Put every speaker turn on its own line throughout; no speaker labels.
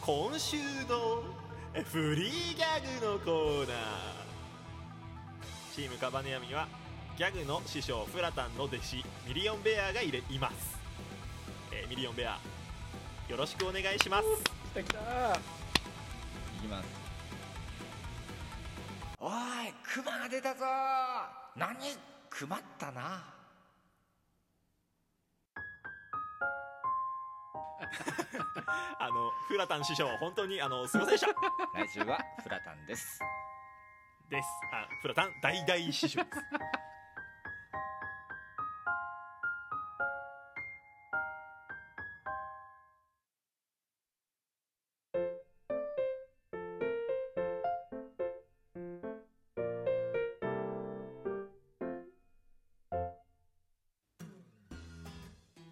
今週のフリーギャグのコーナーチームカバネヤミにはギャグの師匠フラタンの弟子ミリオンベアがいれいます、えーミリオンベアよろしくお願いします
来た来た
いきます
おいクマが出たぞ何クマったな
あのフラタン師匠本当にあのすいませんでした
来週はフラタンです
ですあフラタン大大師匠です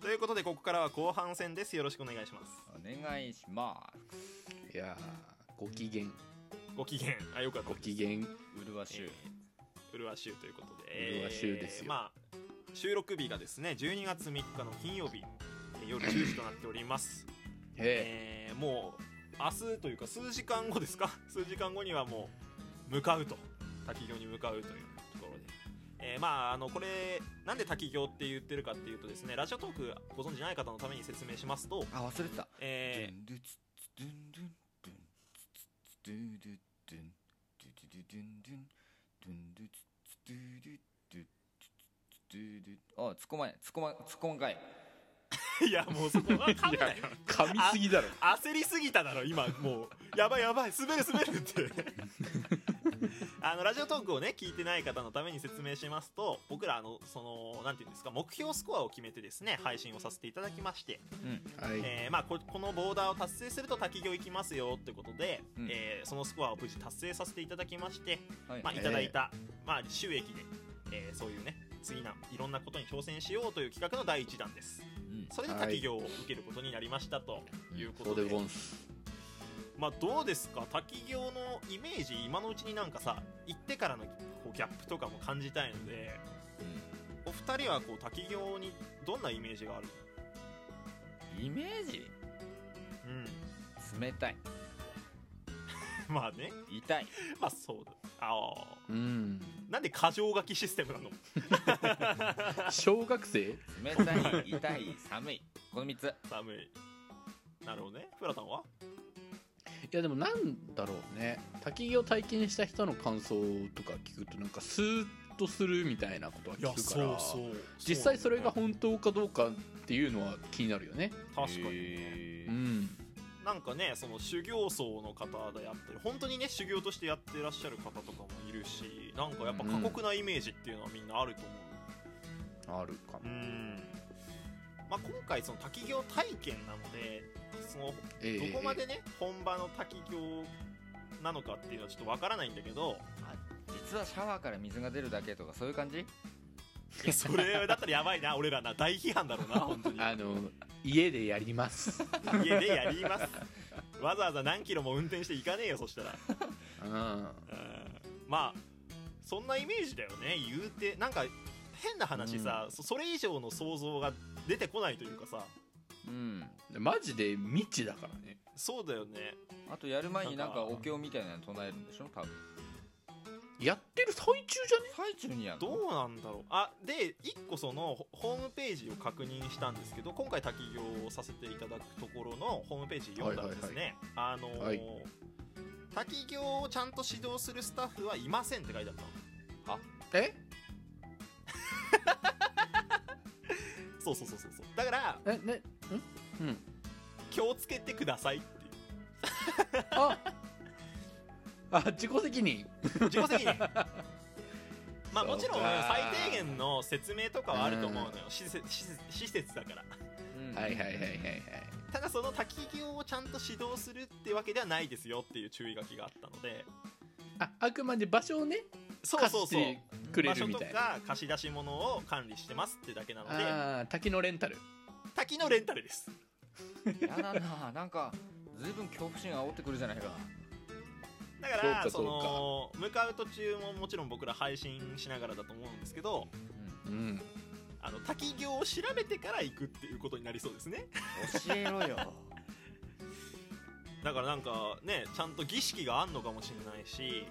ということでここからは後半戦ですよろしくお願いします
お願いします
いやーご機嫌
ご機嫌あよかった
ご
です
機嫌
うるわしゅう
うるわしゅうということで
うるわしゅうですよ
まあ、収録日がですね12月3日の金曜日えー夜10時となっております、
え
えーもう明日というか数時間後ですか 数時間後にはもう向かうと滝行に向かうというところで、えーまああのこれなんで滝行って言ってるかっていうとですねラジオトークご存じない方のために説明しますと、
あ忘れてた
えー
あ突っ込まない突っ込ま突っ込まんかい
いやもうそこは噛んだよ
噛みすぎだろ
焦りすぎただろ今もうやばいやばい滑る滑るってあのラジオトークをね聞いてない方のために説明しますと僕らあのそのなんていうんですか目標スコアを決めてですね配信をさせていただきまして、
はい、
えーまあ、ここのボーダーを達成すると滝行行きますよってことで、
うん
えーそのスコアを無事達成させていただきまして、
はい
まあ、いただいた、まあ、収益で、えーそういうね次ないろんなことに挑戦しようという企画の第1弾です
うん
それで滝行を受けることになりましたというこ
そう
とで,、
でゴンス
まあどうですか滝行のイメージ今のうちになんかさ行ってからのこうギャップとかも感じたいのでお二人はこう滝行にどんなイメージがある
イメージ
う
冷たい
んまあね
痛い
まあそうだああ
うん
なんで過剰書きシステムなの
小学生
冷たい痛い寒いこの3つ
寒いなるほどねフラタンはい
やでもなんだろうね滝行体験した人の感想とか聞くとなんかスーッとするみたいなことは聞くから
う
実際それが本当かどうかっていうのは気になるよね
確かにね、
へ
う
ー
ん
なんかねその修行僧の方でやってる本当にね修行としてやってらっしゃる方とかもいるしなんかやっぱ過酷なイメージっていうのはみんなあると思
あるかも
ううんまあ、今回その滝行体験なのでその
ええ
どこまでね本場の滝行なのかっていうのはちょっとわからないんだけ ど
実はシャワーから水が出るだけとかそういう感じ
いやそれだったらやばいな俺らな大批判だろう な本当に
あの家でやります
家でやりますわざわざ何キロも運転して行かねえよそしたら
うん
うんまあそんなイメージだよね言うてなんか変な話さ、そそれ以上の想像が出てこないというかさ
うん
マジで未知だからね
そうだよね
あとやる前になん
な
か
んか
お経みたいなの唱えるんでしょ多分
やってる最中じゃね
最中にやるの
どうなんだろうあで1個そのホホームページを確認したんですけど今回滝行をさせていただくところのホームページ読んだらですね、あのー
はい
滝行をちゃんと指導するスタッフはいませんって書いてあったの
え
そうそうそうそうそうだから
えねんうん
気をつけてくださいっていう
ああ自己責任
自己責任まあ
そうか
もちろん最低限の説明とかはあると思うのよ施設施設施設だから
うん
はいはいはいはいはい
ただその滝行をちゃんと指導するってわけではないですよっていう注意書きがあったので
ああくまで場所をね
そう
貸
そう
し
そう
てくれ
場
る
所
み
と
たいな
か貸し出し物を管理してますってだけなので
ああー滝のレンタル
滝のレンタルです
やだななんか随分恐怖心煽ってくるじゃないか
だか
そう
ら
か
そ
そうか
の向かう途中ももちろん僕ら配信しながらだと思うんですけど
うん
うん
あの滝行を調べてから行くっていうことになりそうですね
教えろよ
だからなんかねちゃんと儀式があんのかもしれないし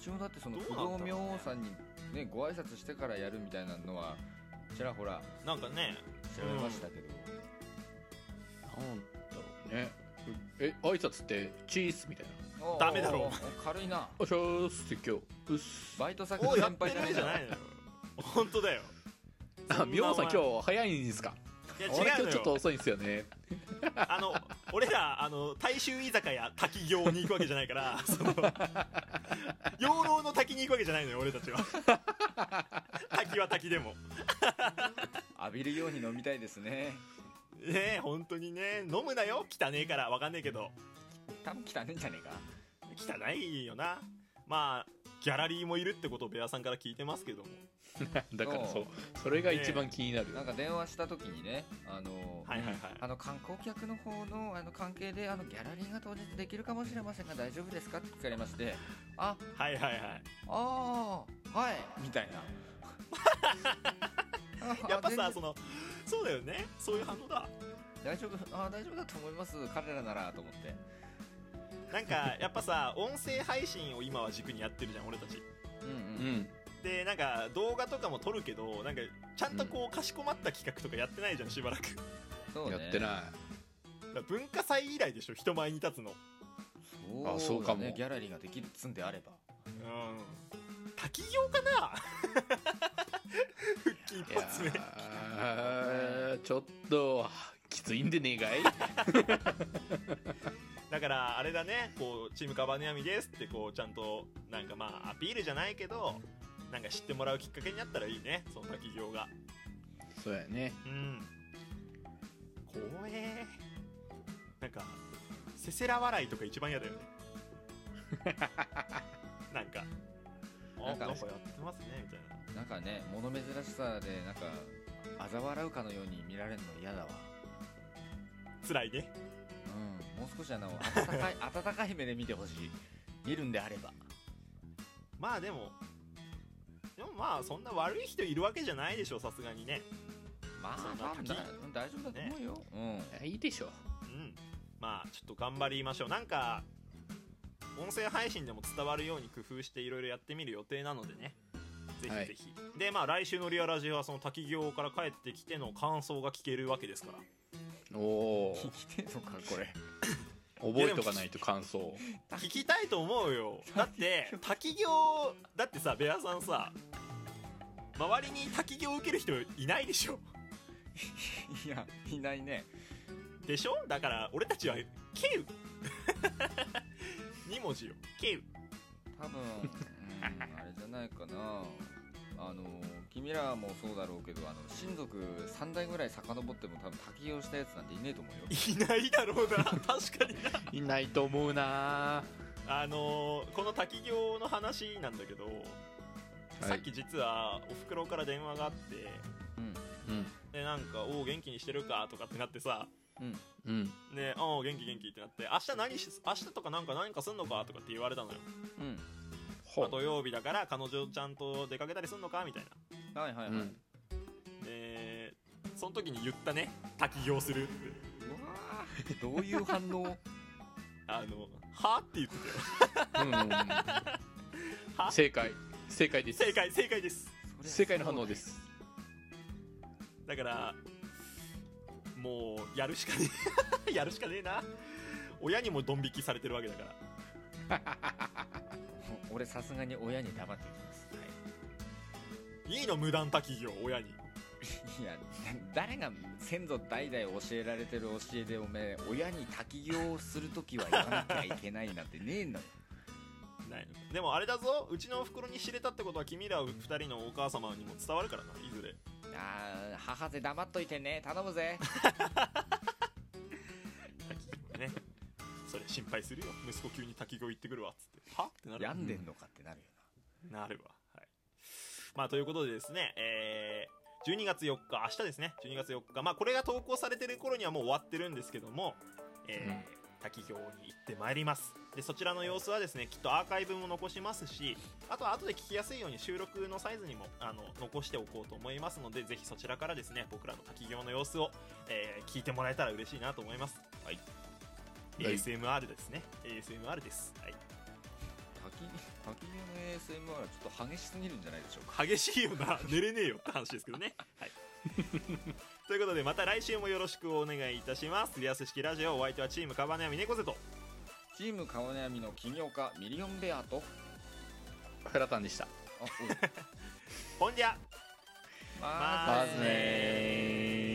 一応だってその
どう
不
な
動
ったのね
明王さんにねご挨拶してからやるみたいなのはちらほら
なんか ね
調べましたけど、
なんだろうねえ挨拶ってチーズみたいな
おー
ダメだろ
おー軽いな
「おしゃーす」って今日うっす
バイト先
お
の
うや
先
って
輩じゃね
る
え
んじゃないのよ本当だよ
あみょうさん今
そ
日早いんですか
んなお
俺
前いや違う
今
の
日ちょっと
よ
遅いんですよね
あの俺らあの大衆居酒屋滝行に行くわけじゃない からその養老の滝に行くわけじゃないのよ俺たちは滝は滝でも
浴びるように飲みたいですね
ねえ本当にね飲むなよ汚ねえからわかんねえけど
多分汚ねえんじゃねえか
汚いよなまあギャラリーもいるってことをベアさんから聞いてますけども
だから
そ
そううそれが一番気になる
なんか電話した時にねあのー
はいはいはい
あの観光客の方のあの関係であのギャラリーが当日できるかもしれませんが大丈夫ですかって聞かれましてあ
はいはいはい
ああはいみたいなあ
やっぱ
全然
さそのそうだよねそういう反応だ
大丈夫あ大丈夫だと思います彼らならと思って
なんかやっぱさ音声配信を今は軸にやってるじゃん俺たち
うん
う
うん
ん
でなんか動画とかも撮るけどなんかちゃんとこうかしこまった企画とかやってないじゃんしばらく
そうね
やってない
だから文化祭以来でしょ人前に立つの
そう
あそうかも
だねギャラリーができるっつんであれば
うん滝行かな 復帰一
いや
発目
ーちょっときついんでねえかい
だからあれだねこうチームカバネアミですってこうちゃんとなんかまあアピールじゃないけどなんか知ってもらうきっかけになったらいいねそんな企業が
そうやね
うん怖えなんかせせら笑いとか一番嫌だよ ねなんかあな
なんん
か
か
やってますねみたいな
なんかね物珍しさでなんか嘲笑うかのように見られるの嫌だわ
辛いね
うんもう少しあの温かい 温かい目で見てほしい見るんであれば
まあでもでもまあそんな悪い人いるわけじゃないでしょさすがにね
まあ
そんな
まあ
滝
だ大丈夫だと思うよ、
いやいいでしょ
うんまあちょっと頑張りましょうなんか音声配信でも伝わるように工夫していろいろやってみる予定なのでねぜひ
はい
ぜひ、でまあ来週のリアラジオはその滝行から帰ってきての感想が聞けるわけですから
おお
うん聞きてえのかこれ
ー覚えとかないと感想
聞きたいと思う よだって滝行だってさベアさんさ周りに滝行受ける人いないでしょ
いやいないね
でしょだから俺たちは「け う」2文字よ「けう」
多分うんあれじゃないかなあの君らもそうだろうけどあの親族3代ぐらい遡っても多分滝行したやつなんていねえと思うよ
いないだろうな確かにない
ないと思うな
あのーこの滝行の話なんだけど、
はい
さっき実はおふくろから電話があって
うん
うん
でなんか「おお元気にしてるか?」とかってなってさ
うん
うん
「ねあお元気元気」ってなって「明日何し明日とかなんか何かすんのか?」とかって言われたのよ、
ほ
まあ土曜日だから彼女ちゃんと出かけたりすんのかみたいな
うんはいはいは
う
い、うん
でその時に言ったね滝行するって
わーどういう反応
あの「は?」って言ってたよ
うんうん正解正解です
正解正解です
正解の反応です
だからもうやるしかねえ やるしかねえな親にもドン引きされてるわけだから
俺さすがに親に黙っていきます、
いいの無断滝行親に
い、や誰が先祖代々教えられてる教えでおめえ親に滝行をするときは言わなきゃいけないなんてねえんだよ
ないのでもあれだぞうちのおふくろに知れたってことは君ら二人のお母様にも伝わるからないずれ
あー母ぜ黙っといてね頼むぜ
滝行ねそれ心配するよ息子急に滝行行ってくるわっつってはってなる
病んでんのかってなるよ
なるわはいまあということでですねえー12月4日、明日ですね、12月4日、まあ、これが投稿されてる頃にはもう終わってるんですけども、えー
うん
滝行に行ってまいりますで、そちらの様子はですねきっとアーカイブも残しますし、あとは後で聞きやすいように収録のサイズにもあの残しておこうと思いますので、ぜひそちらからですね僕らの滝行の様子を、えー聞いてもらえたら嬉しいなと思います。はい、
はい
ASMR ですね ASMR です、
滝滝行の ASMR はちょっと激しすぎるんじゃないでしょうか
はい、激しいよな寝れねえよって話ですけどね、はい、ということでまた来週もよろしくお願いいたしますリアス式ラジオお相手はチームカバネアミネコゼと
チーム顔悩みの起業家ミリオンベアと
フラタンでした
あおい
ほんじゃ
ま
ずねー